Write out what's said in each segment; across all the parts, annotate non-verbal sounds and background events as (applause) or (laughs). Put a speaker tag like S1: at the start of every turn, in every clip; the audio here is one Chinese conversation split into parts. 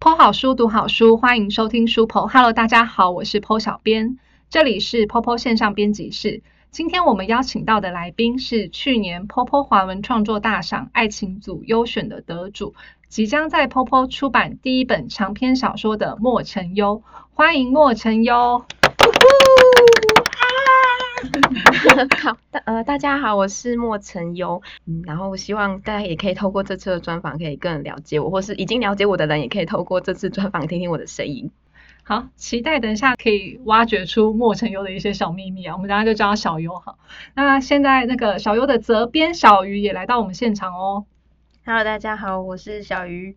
S1: 好书，读好书，欢迎收听书婆。Hello，大家好，我是 PO 小编，这里是 POPO 线上编辑室。今天我们邀请到的来宾是去年 POPO 华文创作大赏爱情组优选的得主，即将在 POPO 出版第一本长篇小说的莫成优。欢迎莫成优！
S2: (laughs) 好，大呃，大家好，我是莫成优，嗯，然后我希望大家也可以透过这次的专访，可以更了解我，或是已经了解我的人，也可以透过这次专访听听我的声音。
S1: 好，期待等一下可以挖掘出莫成优的一些小秘密啊！我们等一下就叫他小优好。那现在那个小优的责编小鱼也来到我们现场哦。
S2: Hello，大家好，我是小鱼，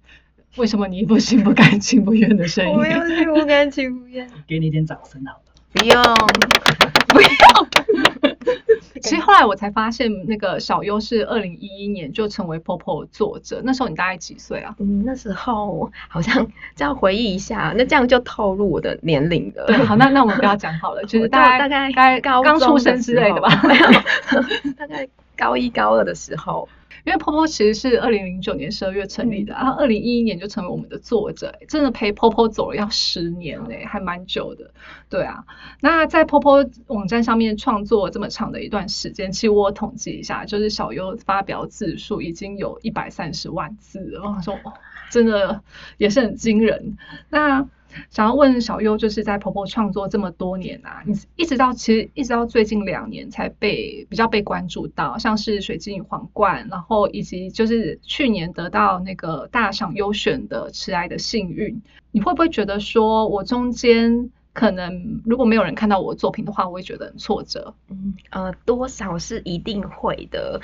S1: 为什么你一副心不甘情不愿的声音？
S2: 是不甘情不愿，
S3: 给你一点掌声好了。
S2: (laughs) 不用，
S1: (laughs) 其实后来我才发现，那个小优是二零一一年就成为 POPO 作者，那时候你大概几岁啊？
S2: 嗯，那时候好像这样回忆一下，那这样就透露我的年龄了。
S1: 对，好，那那我们不要讲好了，就是
S2: (laughs) 我
S1: 大概
S2: 大概
S1: 大概
S2: 高
S1: 刚出
S2: 中的
S1: 生之
S2: 时
S1: 类
S2: 候
S1: 的吧。
S2: 没有， (laughs) 大概高一高二的时候，
S1: 因为 POPO 其实是二零零九年十二月成立的，然后二零一一年就成为我们的作者，真的陪 POPO 走了要十年嘞、还蛮久的。对啊，那在 POPO 网站上面创作这么长的一段时间，其实我统计一下，就是小优发表字数已经有一百三十万字了，我想说哇，真的也是很惊人。 (laughs) 那想要问小优，就是在 POPO 创作这么多年啊，你一直到其实一直到最近两年才被比较被关注到，像是水晶与皇冠，然后以及就是去年得到那个大赏优选的《迟来的幸运》，你会不会觉得说我中间可能如果没有人看到我的作品的话，我会觉得很挫折？
S2: 嗯，呃，多少是一定会的。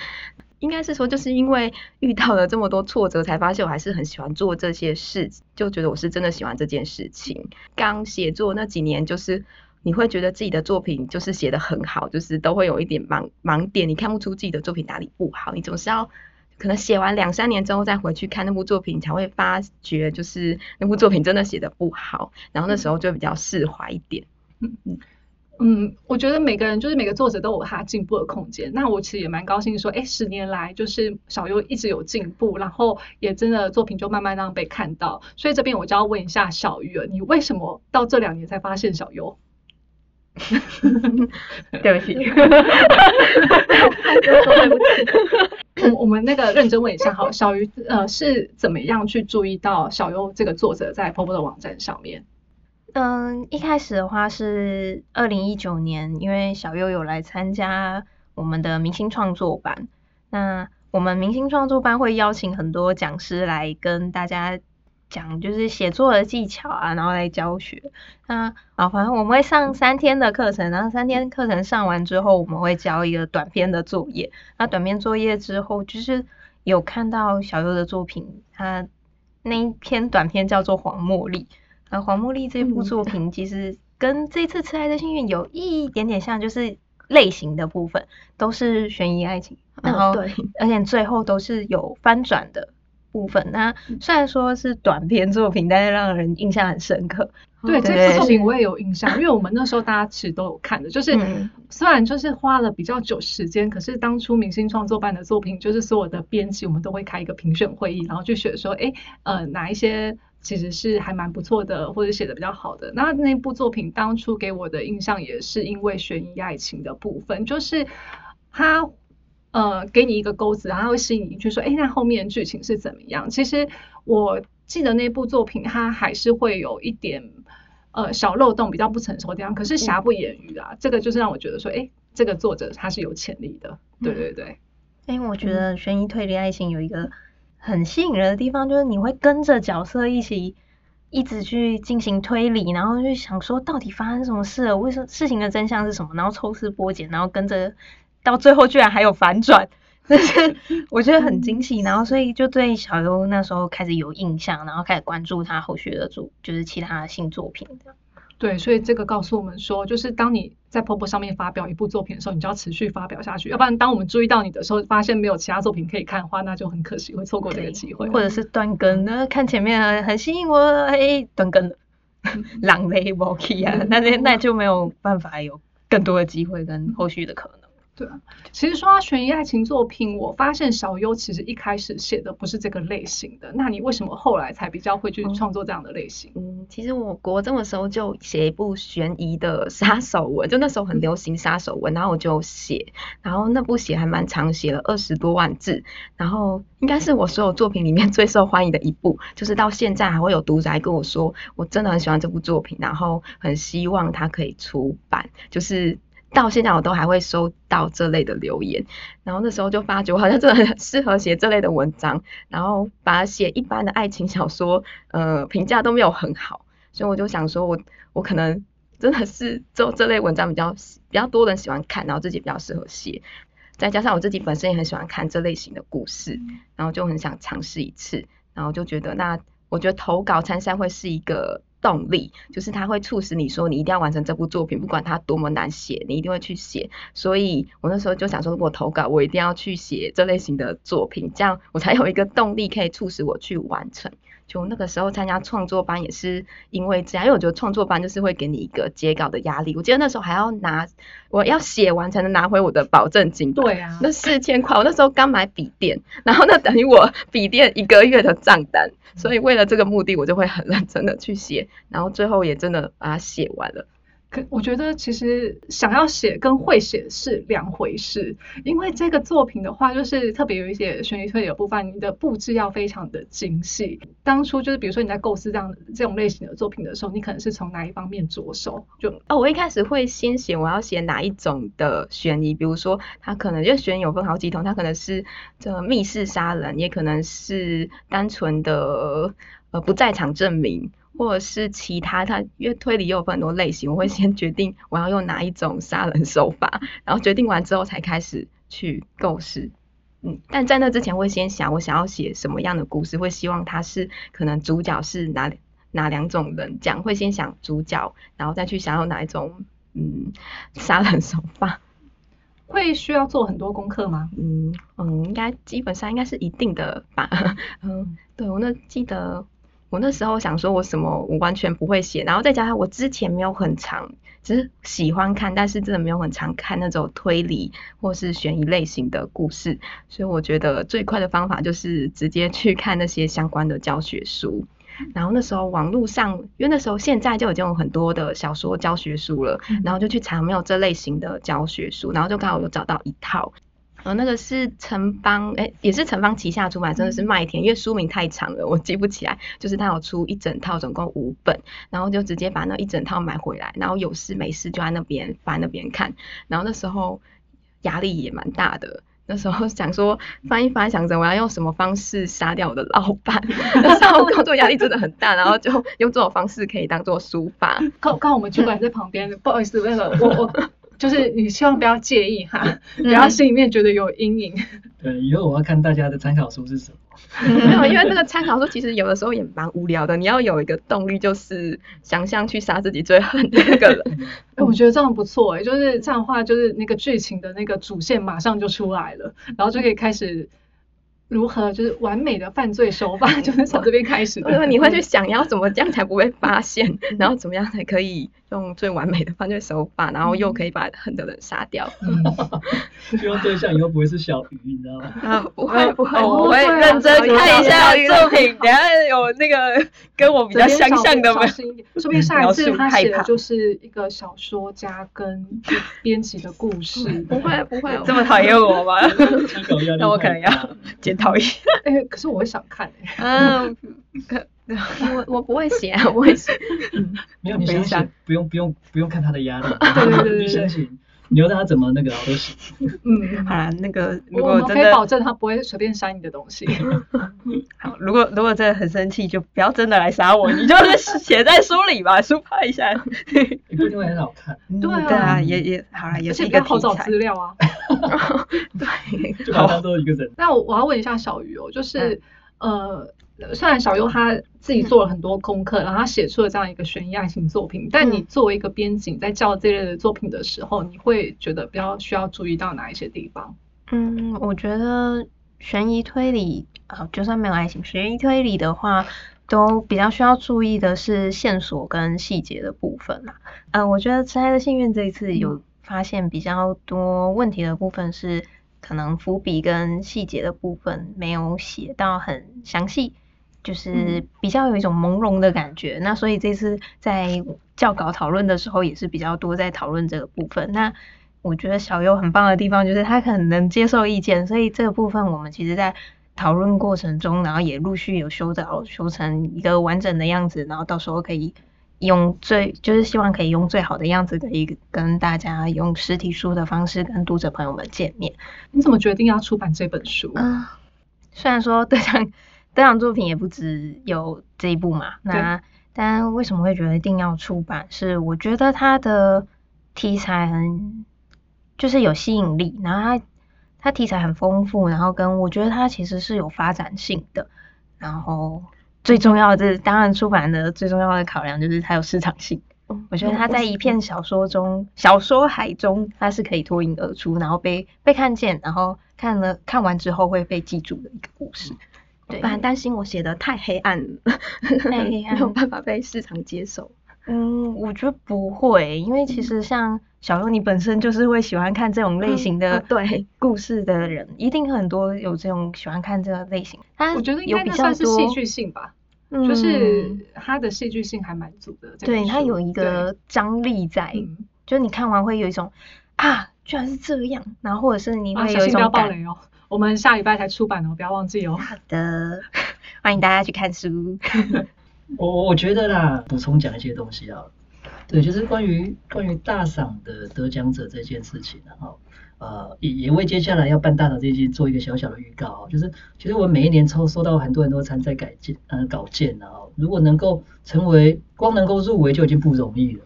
S2: 应该是说，就是因为遇到了这么多挫折，才发现我还是很喜欢做这些事，就觉得我是真的喜欢这件事情。刚写作那几年，就是你会觉得自己的作品就是写的很好，就是都会有一点盲盲点，你看不出自己的作品哪里不好，你总是要可能写完两三年之后再回去看那部作品，才会发觉就是那部作品真的写的不好，然后那时候就比较释怀一点。
S1: 嗯，我觉得每个人就是每个作者都有他进步的空间。那我其实也蛮高兴说，哎，十年来就是小优一直有进步，然后也真的作品就慢慢让被看到。所以这边我就要问一下小鱼了，你为什么到这两年才发现小优？ (laughs)
S2: 对不起，
S4: (laughs)
S2: 对不起。
S1: 我我们那个认真问一下，好，小鱼呃是怎么样去注意到小优这个作者在 POPO 的网站上面？
S4: 嗯，一开始的话是二零一九年，因为小优有来参加我们的明星创作班。那我们明星创作班会邀请很多讲师来跟大家讲，就是写作的技巧啊，然后来教学。那啊，反正我们会上三天的课程，然后三天课程上完之后，我们会交一个短篇的作业。那短篇作业之后，就是有看到小优的作品，他那一篇短篇叫做《黄茉莉》。呃，黄茉莉这
S1: 嗯
S4: 部作品其实跟这次《迟来的幸运》有一点点像，就是类型的部分都是悬疑爱情，然
S2: 嗯
S4: 后、
S2: 对
S4: 而且最后都是有翻转的部分。那
S2: 嗯
S4: 虽然说是短篇作品，但是让人印象很深刻。
S1: 对，这
S4: 哦对
S1: 部作品我也有印象，因为我们那时候大家其实都有看的，就是、
S4: 嗯
S1: 虽然就是花了比较久时间，可是当初明星创作班的作品，就是所有的编辑我们都会开一个评选会议，然后去选说，哎，呃，哪一些其实是还蛮不错的，或者写的比较好的。那那部作品当初给我的印象也是因为悬疑爱情的部分，就是它呃，给你一个钩子，然后它会吸引你去说，哎，那后面剧情是怎么样？其实我记得那部作品，它还是会有一点呃小漏洞，比较不成熟的地方，可
S4: 嗯
S1: 是瑕不掩瑜啊，这个就是让我觉得说，哎，这个作者他是有潜力的，对
S4: 嗯
S1: 对对，
S4: 因为我觉得悬疑推理爱情有一个很吸引人的地方，就是你会跟着角色一起一直去进行推理，然后去想说到底发生什么事了，为什么事情的真相是什么，然后抽丝剥茧，然后跟着到最后居然还有反转，但是我觉得很惊喜。然后所以就对小优那时候开始有印象，然后开始关注他后续的作，就是其他的新作品这样。
S1: 对，所以这个告诉我们说，就是当你在 POPO 上面发表一部作品的时候，你就要持续发表下去，要不然当我们注意到你的时候，发现没有其他作品可以看的话，那就很可惜，会错过这个
S4: 对
S1: 机会。啊嗯
S4: 或者是断更，那看前面很很吸引我，哎，断更了，
S1: 嗯哦 (laughs)
S4: 狼嘞 w a l k 啊，那那那就没有办法有更多的机会跟后续的可能。
S1: 对啊，其实说到悬疑爱情作品，我发现小优其实一开始写的不是这个类型的，那你为什么后来才比较会去
S4: 哦
S2: 嗯
S1: 创作这样的类型？
S2: 嗯，其实我国中的时候就写一部悬疑的杀手文，就那时候很流行杀手文，然后我就写，然后那部写还蛮长，写了二十多万字，然后应该是我所有作品里面 (laughs) 最受欢迎的一部，就是到现在还会有读者来跟我说，我真的很喜欢这部作品，然后很希望它可以出版，就是。到现在我都还会收到这类的留言，然后那时候就发觉我好像真的很适合写这类的文章，然后把它写一般的爱情小说，呃，评价都没有很好，所以我就想说我我可能真的是做这类文章比较喜比较多人喜欢看，然后自己比较适合写，再加上我自己本身也很喜欢看这类型的故事，然后就很想尝试一次，然后就觉得那我觉得投稿参赛会是一个。动力就是它会促使你说你一定要完成这部作品，不管它多么难写，你一定会去写。所以我那时候就想说，如果投稿，我一定要去写这类型的作品，这样我才有一个动力可以促使我去完成。就那个时候参加创作班也是因为这样，因为我觉得创作班就是会给你一个截稿的压力。我记得那时候还要拿，我要写完才能拿回我的保证金吧。
S1: 对啊
S2: 那四千块，我那时候刚买笔电，然后那等于我笔电一个月的账单，所以为了这个目的，我就会很认真的去写，然后最后也真的把它写完了。
S1: 可我觉得其实想要写跟会写是两回事，因为这个作品的话，就是特别有一些悬疑推理的部分，你的布置要非常的精细。当初就是比如说你在构思这样这种类型的作品的时候，你可能是从哪一方面着手？就
S2: 哦，我一开始会先写我要写哪一种的悬疑，比如说它可能因为悬疑有分好几种，它可能是这密室杀人，也可能是单纯的呃不在场证明，或者是其他它因为推理也有分很多类型，我会先决定我要用哪一种杀人手法，然后决定完之后才开始去构思。嗯，但在那之前会先想我想要写什么样的故事，会希望它是可能主角是哪里哪两种人，这样会先想主角，然后再去想要哪一种嗯杀人 (laughs) 手法。
S1: 会需要做很多功课吗？
S2: 嗯嗯，应该基本上应该是一定的吧。 (laughs) 嗯，对我那记得我那时候想说我什么我完全不会写，然后再加上我之前没有很常，只是喜欢看，但是真的没有很常看那种推理或是悬疑类型的故事，所以我觉得最快的方法就是直接去看那些相关的教学书。然后那时候网络上，因为那时候现在就已经有很多的小说教学书了，
S1: 嗯
S2: 然后就去查有没有这类型的教学书，然后就刚好有找到一套，呃，那个是城邦，哎，也是城邦旗下出版，真的是麦田，因为书名太长了，我记不起来。就是它有出一整套，总共五本，然后就直接把那一整套买回来，然后有事没事就在那边翻那边看，然后那时候压力也蛮大的。那时候想说翻一翻，想着我要用什么方式杀掉我的老板。那时候工作压力真的很大，然后就用这种方式可以当做抒发。
S1: 刚刚好我们主管在旁边， (laughs) 不好意思，为了我我。就是你希望不要介意哈，不要心里面觉得有阴影。
S3: 对，以后我要看大家的参考书是什么。
S4: (laughs)
S2: 没有，因为那个参考书其实有的时候也蛮无聊的，你要有一个动力，就是想象去杀自己最恨的那个人。
S4: (laughs)
S1: 哎
S4: 嗯
S1: 我觉得这样不错哎、就是这样的话，就是那个剧情的那个主线马上就出来了，然后就可以开始如何就是完美的犯罪手法， (laughs) 就是从这边开始
S2: 因为
S1: 的。
S2: 你会去想要怎么这样才不被发现，然后怎么样才可以用最完美的犯罪手法，然后又可以把恨的人杀掉。
S4: 嗯
S3: 希望对象以后不会是小鱼，你知道
S2: (laughs)
S3: 吗？
S2: 啊，不会不会，
S1: 哦
S2: 我
S4: 我
S2: 会
S4: 会
S1: 对啊
S4: 认真
S1: 所以
S4: 看一下
S2: 要
S4: 作品，等一下有那个跟我比较相像的吗
S1: 小？心一点，说不定下一次
S4: (laughs) 描述
S1: 他
S4: 害
S1: 写的
S4: 怕
S1: 就是一个小说家跟编辑的故事。
S2: 不会不会，
S4: 这么讨厌
S1: (laughs)
S4: 我吗？
S3: 参考压力
S4: 那我可
S3: 太
S4: 能要
S3: 大了
S4: 检讨一下。
S1: 哎、可是我会想看哎、
S4: 嗯，
S2: 我我不会写，啊我不会写。
S3: 没有，你
S2: 回
S3: 相
S2: 想
S3: 信，不用不用不用看他的压力，
S1: 对对对
S3: 你相信，你要让他怎么那个都行。
S1: 嗯，
S4: (laughs) 好啦，那个如
S1: 我
S4: 果
S1: 们
S4: 真
S1: 可以
S4: 的
S1: 保证他不会随便删你的东西。
S4: 好，如果如果真的很生气，就不要真的来杀
S1: (laughs)
S4: 我，你就是写在书里吧，抒发一下。
S3: 也不一定会很好看，
S1: 对啊
S4: 嗯对啊，也也好 (laughs) 啦，也
S1: 而
S4: 是
S1: 且
S4: 一
S1: 比
S4: 个
S1: 较好
S4: 题
S1: 找
S4: 材。
S1: 资料啊。
S4: (laughs)
S2: 对，
S3: 就把它当做一个人。
S1: 那我我要问一下小鱼哦，就是、
S4: 嗯
S1: 呃，虽然小优他自己做了很多功课，然后他写出了这样一个悬疑爱情作品，但你
S4: 嗯
S1: 作为一个编辑，你在教这类的作品的时候，你会觉得比较需要注意到哪一些地方？
S4: 嗯，我觉得悬疑推理啊、呃就算没有爱情，悬疑推理的话，都比较需要注啊意的是线索跟细节的部分啦。呃，我觉得《亲爱的幸运》这一次有发现比较多问题的部分是，可能伏笔跟细节的部分没有写到很详细，就是
S1: 嗯
S4: 比较有一种朦胧的感觉。那所以这次在教稿讨论的时候，也是比较多在讨论这个部分。那我觉得小优很棒的地方就是他很能接受意见，所以这个部分我们其实在讨论过程中，然后也陆续有修到修成一个完整的样子，然后到时候可以用最就是希望可以用最好的样子可以跟大家用实体书的方式跟读者朋友们见面。
S1: 你怎么决定要出版这本书？
S4: 啊，虽然说得奖得奖作品也不只有这一部嘛，那但为什么会觉得一定要出版？是我觉得它的题材很就是有吸引力，然后它它题材很丰富，然后跟我觉得它其实是有发展性的，然后最重要的是，当然出版的最重要的考量就是它有市场性。哦我觉得它在一片小说中、小说海中，它是可以脱颖而出，然后被被看见，然后看了看完之后会被记住的一个故
S1: 嗯
S4: 事。对
S2: 本来担心我写的太黑暗了，
S4: 太黑暗
S2: (laughs) 没有办法被市场接受。
S4: 嗯，我觉得不会，因为其
S1: 嗯
S4: 实像小优，你本身就是会喜欢看这种类型
S2: 嗯
S4: 的
S2: 哦对
S4: 故事的人，一定很多有这种喜欢看这个类型。它
S1: 我觉得应
S4: 有
S1: 该
S4: 比
S1: 那
S4: 较
S1: 算是戏
S4: 多，
S1: 剧性吧，
S4: 嗯
S1: 就是它的戏剧性还蛮足的。这本
S4: 对它
S1: 书
S4: 有一个张力在，
S1: 对嗯
S4: 就是你看完会有一种啊，居然是这样，然后或者是你
S1: 啊，
S4: 会
S1: 小
S4: 有一
S1: 心不要
S4: 种
S1: 爆
S4: 感
S1: 雷哦。我们下礼拜才出版哦，不要忘记哦。
S4: 好的，欢迎大家去
S1: (laughs)
S4: 看书。
S3: 我我我觉得啦，补充讲一些东西啊，对，就是关于关于大赏的得奖者这件事情啊，哦呃，也也为接下来要办大赏这件做一个小小的预告啊，就是其实我每一年抽收到很多很多参赛改件呃稿件啊，哦如果能够成为光能够入围就已经不容易了，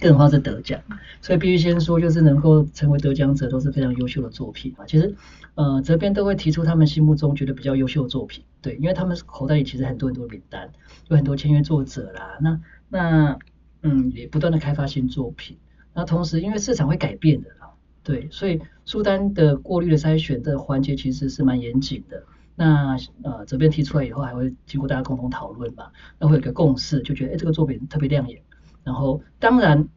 S3: 更何况是得奖，所以必须先说就是能够成为得奖者都是非常优秀的作品啊，其实。呃，责编都会提出他们心目中觉得比较优秀的作品，对，因为他们口袋里其实很多很多名单，有很多签约作者啦，那那嗯，也不断的开发新作品。那同时，因为市场会改变的啦，对，所以书单的过滤的筛选的环节其实是蛮严谨的。那呃，责编提出来以后，还会经过大家共同讨论嘛，那会有一个共识，就觉得哎、这个作品特别亮眼。然后，当然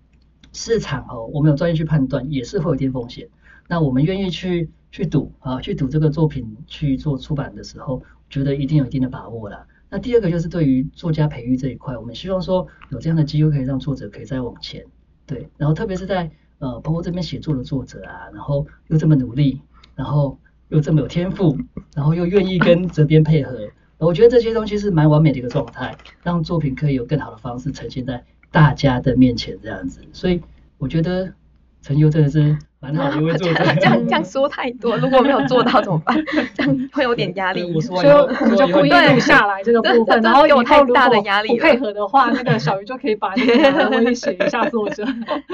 S3: 市场哦，我们有专业去判断，也是会有一定风险。那我们愿意去去赌啊，去赌这个作品去做出版的时候，觉得一定有一定的把握啦。那第二个就是对于作家培育这一块，我们希望说有这样的机会可以让作者可以再往前，对，然后特别是在呃包括这边写作的作者啊，然后又这么努力，然后又这么有天赋，然后又愿意
S2: (laughs)
S3: 跟责编配合，我觉得这些东西是蛮完美的一个状态，让作品可以有更好的方式呈现在大家的面前这样子。所以我觉得陈优真的是蛮好的一位作者。
S2: (laughs) 这样这样说太多，如果没有做到怎么办？这样会有点压力。
S3: (laughs) 对我说
S1: 所
S3: 完
S1: 以
S3: 以后，
S1: 我们就
S3: 说完以后
S1: 故意
S3: 对
S1: 录下来这
S2: (laughs)
S1: 个部分，
S2: 这这
S1: 然后以
S2: 给
S1: 后
S2: 我太
S1: 如果
S2: 大的压力
S1: 不
S2: 了
S1: 配合的话，那个小鱼就可以把这个拿来威胁一下作
S2: (laughs)
S1: 者。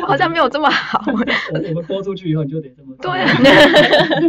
S2: 我好像没有这么好。
S4: (laughs)
S3: 我 (laughs) 我们播出去以后，你就得这么做
S2: 对 啊，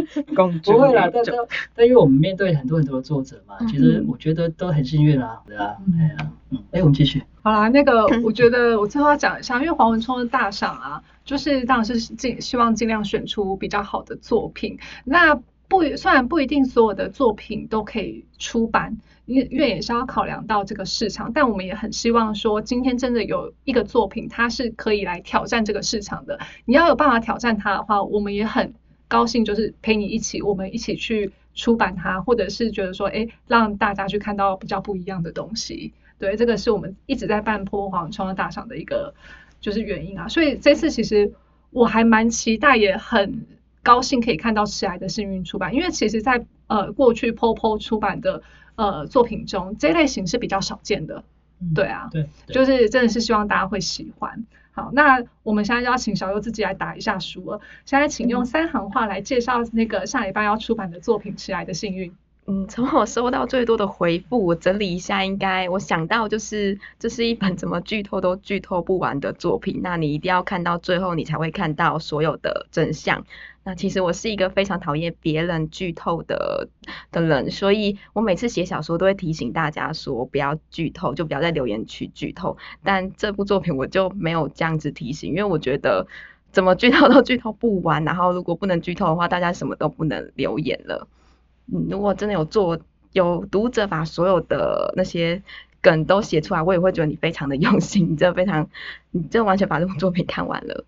S4: (laughs)
S5: 公主
S3: 不会啦，
S5: 与
S3: 但
S5: 众
S3: 但但因为我们面对很多很多的作者嘛，其实
S4: 嗯
S3: 我觉得都很幸运啦，对啊，
S1: 嗯
S3: 哎呀，嗯，哎，我们继续，
S1: 好啦，那个我觉得我最后要讲一下，因为黄文冲的大赏啊，就是当然是尽希望尽量选出比较好的作品。那不虽然不一定所有的作品都可以出版，因因为也是要考量到这个市场，但我们也很希望说，今天真的有一个作品，它是可以来挑战这个市场的。你要有办法挑战它的话，我们也很高兴，就是陪你一起，我们一起去出版它，或者是觉得说，哎，让大家去看到比较不一样的东西。对，这个是我们一直在办破黄创的大赏的一个就是原因啊。所以这次其实我还蛮期待，也很高兴可以看到迟来的幸运出版，因为其实在，呃过去 POPO 出版的呃作品中，这类型是比较少见的。
S4: 嗯
S1: 对啊，
S3: 对，对
S1: 就是真的是希望大家会喜欢。好，那我们现在就要请小优自己来打一下书了。现在请用三行话来介绍那个下礼拜要出版的作品《迟来的幸运》。
S2: 嗯，从我收到最多的回复，我整理一下，应该我想到就是这是一本怎么剧透都剧透不完的作品，那你一定要看到最后，你才会看到所有的真相。那其实我是一个非常讨厌别人剧透的的人，所以我每次写小说都会提醒大家说不要剧透，就不要在留言区剧透。但这部作品我就没有这样子提醒，因为我觉得怎么剧透都剧透不完，然后如果不能剧透的话，大家什么都不能留言了。嗯，如果真的有做有读者把所有的那些梗都写出来，我也会觉得你非常的用心，你这非常，你这完全把这部作品看完了。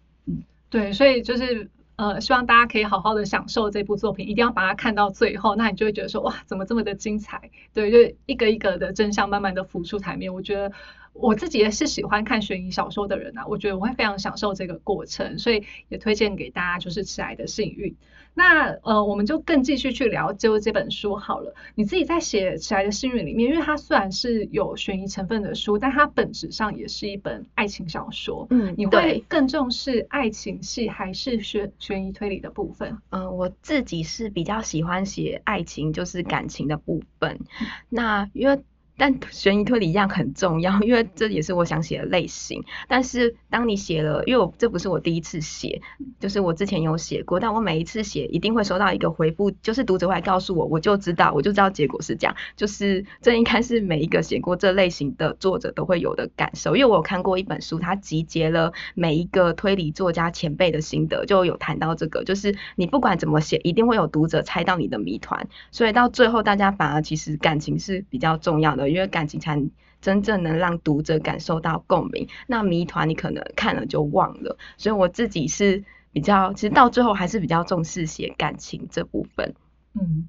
S1: 对，所以就是呃，希望大家可以好好的享受这部作品，一定要把它看到最后，那你就会觉得说哇，怎么这么的精彩？对，就一个一个的真相慢慢的浮出台面。我觉得我自己也是喜欢看悬疑小说的人啊，我觉得我会非常享受这个过程，所以也推荐给大家就是《迟来的幸运》。那呃，我们就更继续去聊就这本书好了。你自己在写《迟来的幸运》里面，因为它虽然是有悬疑成分的书，但它本质上也是一本爱情小说。
S2: 嗯
S1: 你
S2: 对
S1: 会更重视爱情戏还是悬悬疑推理的部分？
S2: 嗯、呃我自己是比较喜欢写爱情，就是感情的部分。 (laughs) 那因为但悬疑推理一样很重要，因为这也是我想写的类型。但是当你写了，因为我这不是我第一次写，就是我之前有写过，但我每一次写一定会收到一个回复，就是读者会来告诉我，我就知道，我就知道结果是这样。就是这应该是每一个写过这类型的作者都会有的感受，因为我有看过一本书，它集结了每一个推理作家前辈的心得，就有谈到这个，就是你不管怎么写，一定会有读者猜到你的谜团。所以到最后，大家反而其实感情是比较重要的，因为感情才真正能让读者感受到共鸣。那谜团你可能看了就忘了，所以我自己是比较，其实到最后还是比较重视写感情这部分。
S1: 嗯，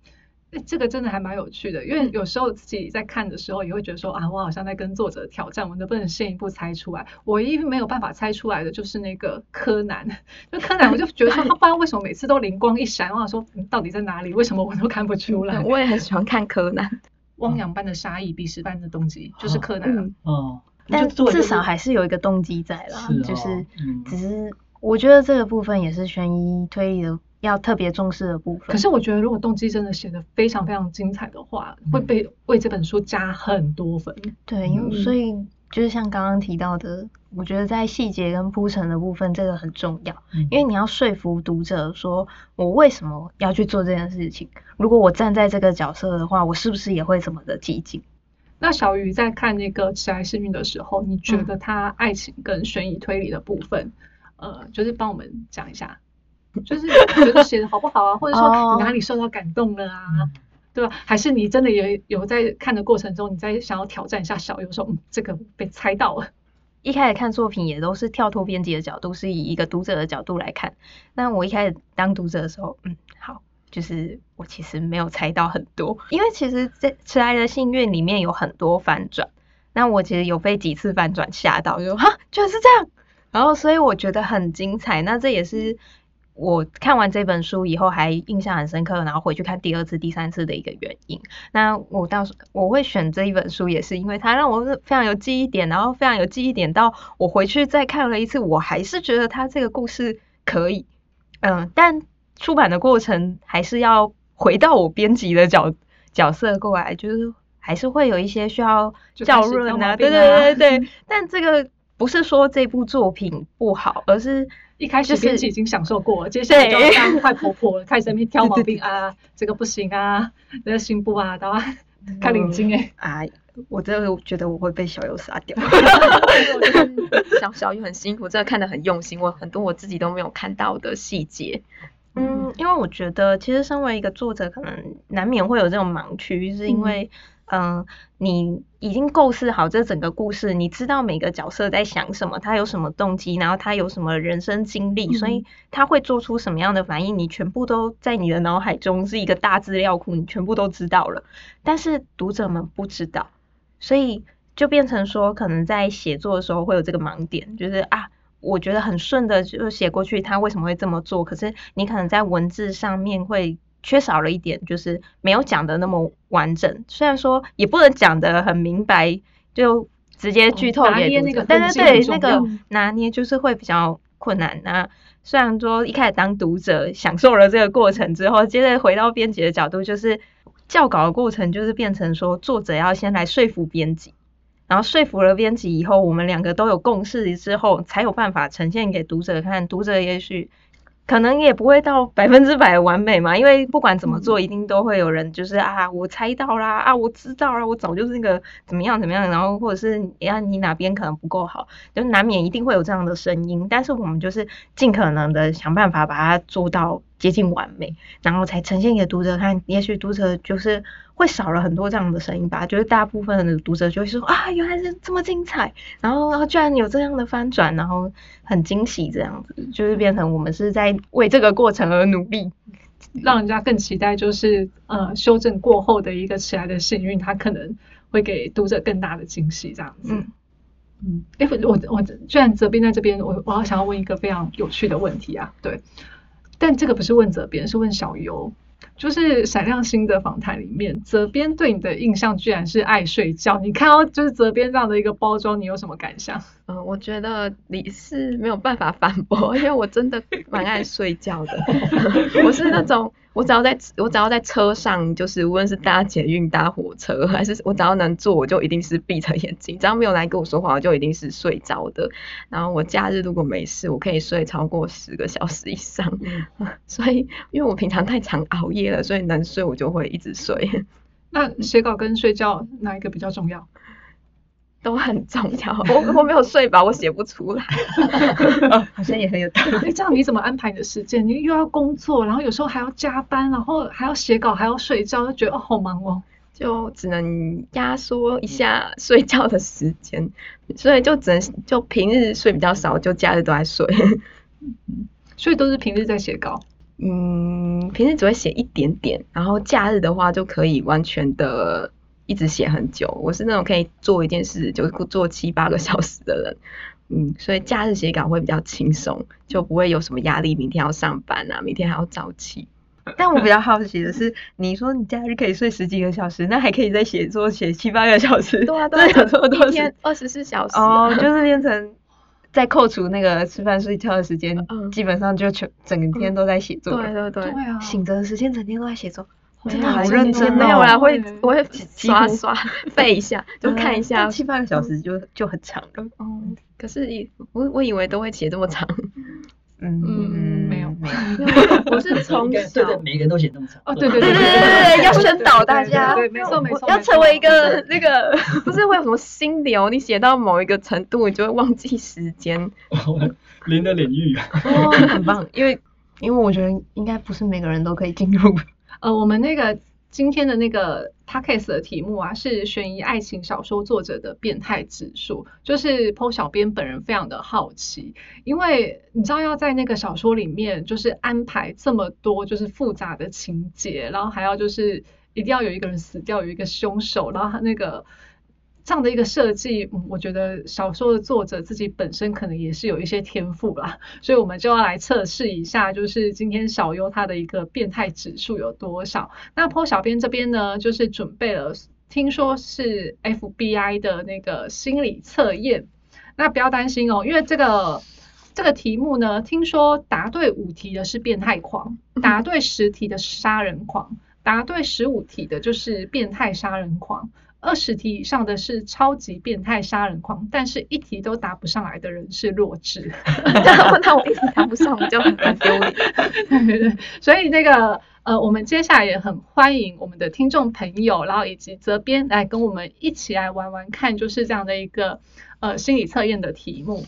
S1: 诶这个真的还蛮有趣的，因为有时候自己在看的时候，也会觉得说啊，我好像在跟作者挑战，我能不能先一步猜出来？我唯一没有办法猜出来的就是那个柯南，就柯南，我就觉得 (laughs) 说他不知道为什么每次都灵光一闪，我想说、嗯到底在哪里？为什嗯么我都看不出来？
S2: 我也很喜欢看柯南，
S1: 汪洋般的杀意，彼时般的动机，就是柯南啊。
S2: 嗯，
S3: 哦，
S4: 但
S3: 就做
S4: 至少
S3: 就是
S4: 还是有一个动机在啦，
S3: 是
S4: 就
S3: 哦
S4: 是
S3: 嗯
S4: 只是我觉得这个部分也是悬疑推理的要特别重视的部分。
S1: 可是我觉得，如果动机真的写的非常非常精彩的话，会
S3: 嗯
S1: 被为这本书加很多分。
S4: 对，因为
S2: 嗯
S4: 所以就是像刚刚提到的，我觉得在细节跟铺陈的部分这个很重要，
S3: 嗯
S4: 因为你要说服读者说我为什么要去做这件事情，如果我站在这个角色的话，我是不是也会这么的激进？
S1: 那小鱼在看那个《迟来幸运》的时候，你觉
S4: 嗯
S1: 得他爱情跟悬疑推理的部分，呃，就是帮我们讲一下，就是觉得写的好不好啊，或者说
S4: 哦
S1: 你哪里受到感动了啊，
S3: 嗯
S1: 对吧？还是你真的也有在看的过程中，你在想要挑战一下小鱼，说、嗯、这个被猜到了，
S4: 一开始看作品也都是跳脱编辑的角度，是以一个读者的角度来看。那我一开始当读者的时候，嗯，好，就是我其实没有猜到很多，因为其实在《迟来的幸运》里面有很多反转，那我其实有被几次反转吓到，就说哈，居然是这样。然后所以我觉得很精彩，那这也是我看完这本书以后还印象很深刻，然后回去看第二次、第三次的一个原因。那我到时我会选这一本书，也是因为它让我非常有记忆点，然后非常有记忆点到我回去再看了一次，我还是觉得它这个故事可以，嗯，但出版的过程还是要回到我编辑的角角色过来，就是还是会有一些需要
S1: 就
S4: 校
S1: 开始
S4: 润
S1: 挑
S4: 啊，
S1: 毛
S4: 对
S1: 病
S4: 对
S1: 啊
S4: 对 (laughs) 对，但这个不是说这部作品不好，而是
S1: 一开始
S4: 就是
S1: 编辑已经享受过了，接下来就要
S4: 对
S1: 当坏婆婆了，开始在那边挑毛
S4: 对对
S1: 病啊，这个不行啊，那个行不啊，然后
S4: 嗯
S1: 看领巾哎、 (laughs)
S2: 啊，我真的觉得我会被小优杀掉。小小优很辛苦，真的看得很用心，我很多我自己都没有看到的细节。
S4: (laughs) 嗯，因为我觉得，其实身为一个作者，可能难免会有这种盲区，是因
S1: 嗯
S4: 为，嗯、你已经构思好这整个故事，你知道每个角色在想什么，他有什么动机，然后他有什么人生经历，所
S1: 嗯
S4: 以他会做出什么样的反应，你全部都在你的脑海中是一个大资料库，你全部都知道了。但是读者们不知道，所以就变成说，可能在写作的时候会有这个盲点，就是啊，我觉得很顺的就写过去，他为什么会这么做？可是你可能在文字上面会缺少了一点，就是没有讲的那么完整。虽然说也不能讲的很明白，就直接剧透
S1: 哦拿
S4: 给
S1: 捏
S4: 读
S1: 那
S4: 者，
S1: 个
S4: 但
S1: 分
S4: 是
S1: 界很重
S4: 对那
S1: 要
S4: 个拿捏就是会比较困难那、虽然说一开始当读者享受了这个过程之后，接着回到编辑的角度，就是校稿的过程，就是变成说作者要先来说服编辑，然后说服了编辑以后，我们两个都有共识之后，才有办法呈现给读者看。读者也许可能也不会到百分之百完美嘛，因为不管怎么做，一定都会有人就是啊，我猜到啦，啊，我知道啦，我早就是那个怎么样怎么样，然后或者是啊，你哪边可能不够好，就难免一定会有这样的声音。但是我们就是尽可能的想办法把它做到接近完美，然后才呈现给读者看。也许读者就是会少了很多这样的声音吧，就是大部分的读者就会说啊，原来是这么精彩，然后然后居然有这样的翻转，然后很惊喜，这样子就是变成我们是在为这个过程而努力。
S1: 让人家更期待，就是呃修正过后的一个迟来的幸运，它可能会给读者更大的惊喜，这样子。
S4: 嗯
S1: 嗯，哎、我我居然责编在这边，我我好想要问一个非常有趣的问题啊，对，但这个不是问责编，是问小游。就是闪亮星的访谈里面，责编对你的印象居然是爱睡觉。你看到就是责编这样的一个包装，你有什么感想？
S2: 嗯、我觉得你是没有办法反驳，因为我真的蛮爱睡 (laughs) 觉的。我是那种，我只要在我只要在车上，就是无论是搭捷运、搭火车，还是我只要能坐，我就一定是闭着眼睛。只要没有来跟我说话，我就一定是睡着的。然后我假日如果没事，我可以睡超过十个小时以上。 (laughs) 所以，因为我平常太常熬夜了，所以能睡我就会一直睡。 (laughs)
S1: 那写稿跟睡觉哪一个比较重要？
S2: 都很重要，我我没有睡饱，我写不出来。哦
S4: 好像也很有道理。
S1: 哎，这样你怎么安排你的时间？你又要工作，然后有时候还要加班，然后还要写稿，还要睡觉，就觉得哦好忙哦。
S2: 就只能压缩一下 (laughs) 睡觉的时间，所以就只能就平日睡比较少，就假日都在睡。 (laughs)
S1: 所以都是平日在写稿。
S2: 嗯，平时只会写一点点，然后假日的话就可以完全的一直写很久。我是那种可以做一件事就做七八个小时的人， (laughs) 嗯，所以假日写稿会比较轻松，就不会有什么压力，明天要上班啊，明天还要早起。
S4: (laughs) 但我比较好奇的是，你说你假日可以睡十几个小时，那还可以再写作写七八个小时，
S2: 对啊，对
S4: 这
S2: 啊，
S4: 有这么多时
S2: 一天二十四小时啊、
S4: 哦，就是变成在扣除那个吃饭睡觉的时间，
S2: 嗯
S4: 基本上就全整天都在写作了，
S2: 对对对。
S1: 啊
S4: 醒着的时间整天都在写作，
S1: 没
S4: 真的
S1: 有
S4: 好
S1: 真
S4: 认
S1: 的
S4: 真哦。
S2: 没有啦，会
S1: 对
S2: 我会
S4: 几
S2: 刷
S4: 乎
S2: 刷 (laughs) 背一下，就
S4: 对啊
S2: 看一
S4: 但
S2: 下。
S4: 七八个小时就就很长了。
S2: 嗯，可是以我我以为都会写这么长，
S4: 嗯
S1: 嗯没有
S4: 没有。
S2: 因为 (laughs) 我是
S3: 应
S2: 从
S3: 该
S2: 小
S3: 对对，每个人都写那么长。
S1: 哦对对
S4: 对
S3: (laughs)
S4: 对对对，要宣导大
S1: 对对
S4: 家，
S1: 对没错没错
S4: 要
S1: 没
S4: 成为一
S1: 错
S2: (laughs)
S4: 个那个，
S2: 不是会有什么心流，你写到某一个程度，你就会忘记时间。
S3: 淋了领域。
S4: 哦，很棒，因为因为我觉得应该不是每个人都可以进入。
S1: 呃，我们那个今天的那个 podcast 的题目啊，是悬疑爱情小说作者的变态指数，就是 PO 小编本人非常的好奇，因为你知道要在那个小说里面就是安排这么多就是复杂的情节，然后还要就是一定要有一个人死掉，有一个凶手，然后他那个。这样的一个设计，嗯，我觉得小说的作者自己本身可能也是有一些天赋啦，所以我们就要来测试一下，就是今天小优他的一个变态指数有多少。那 PO 小编这边呢，就是准备了，听说是 FBI 的那个心理测验，那不要担心哦，因为这个这个题目呢，听说答对五题的是变态狂，答对十题的是杀人狂，答对十五题的就是变态杀人狂。二十题以上的是超级变态杀人狂，但是一题都答不上来的人是弱智。
S2: (laughs) 那我一直答不上，我就很很丢脸。
S1: 对对对， (laughs) 所以那个呃，我们接下来也很欢迎我们的听众朋友，然后以及责编来跟我们一起来玩玩看，就是这样的一个呃心理测验的题目。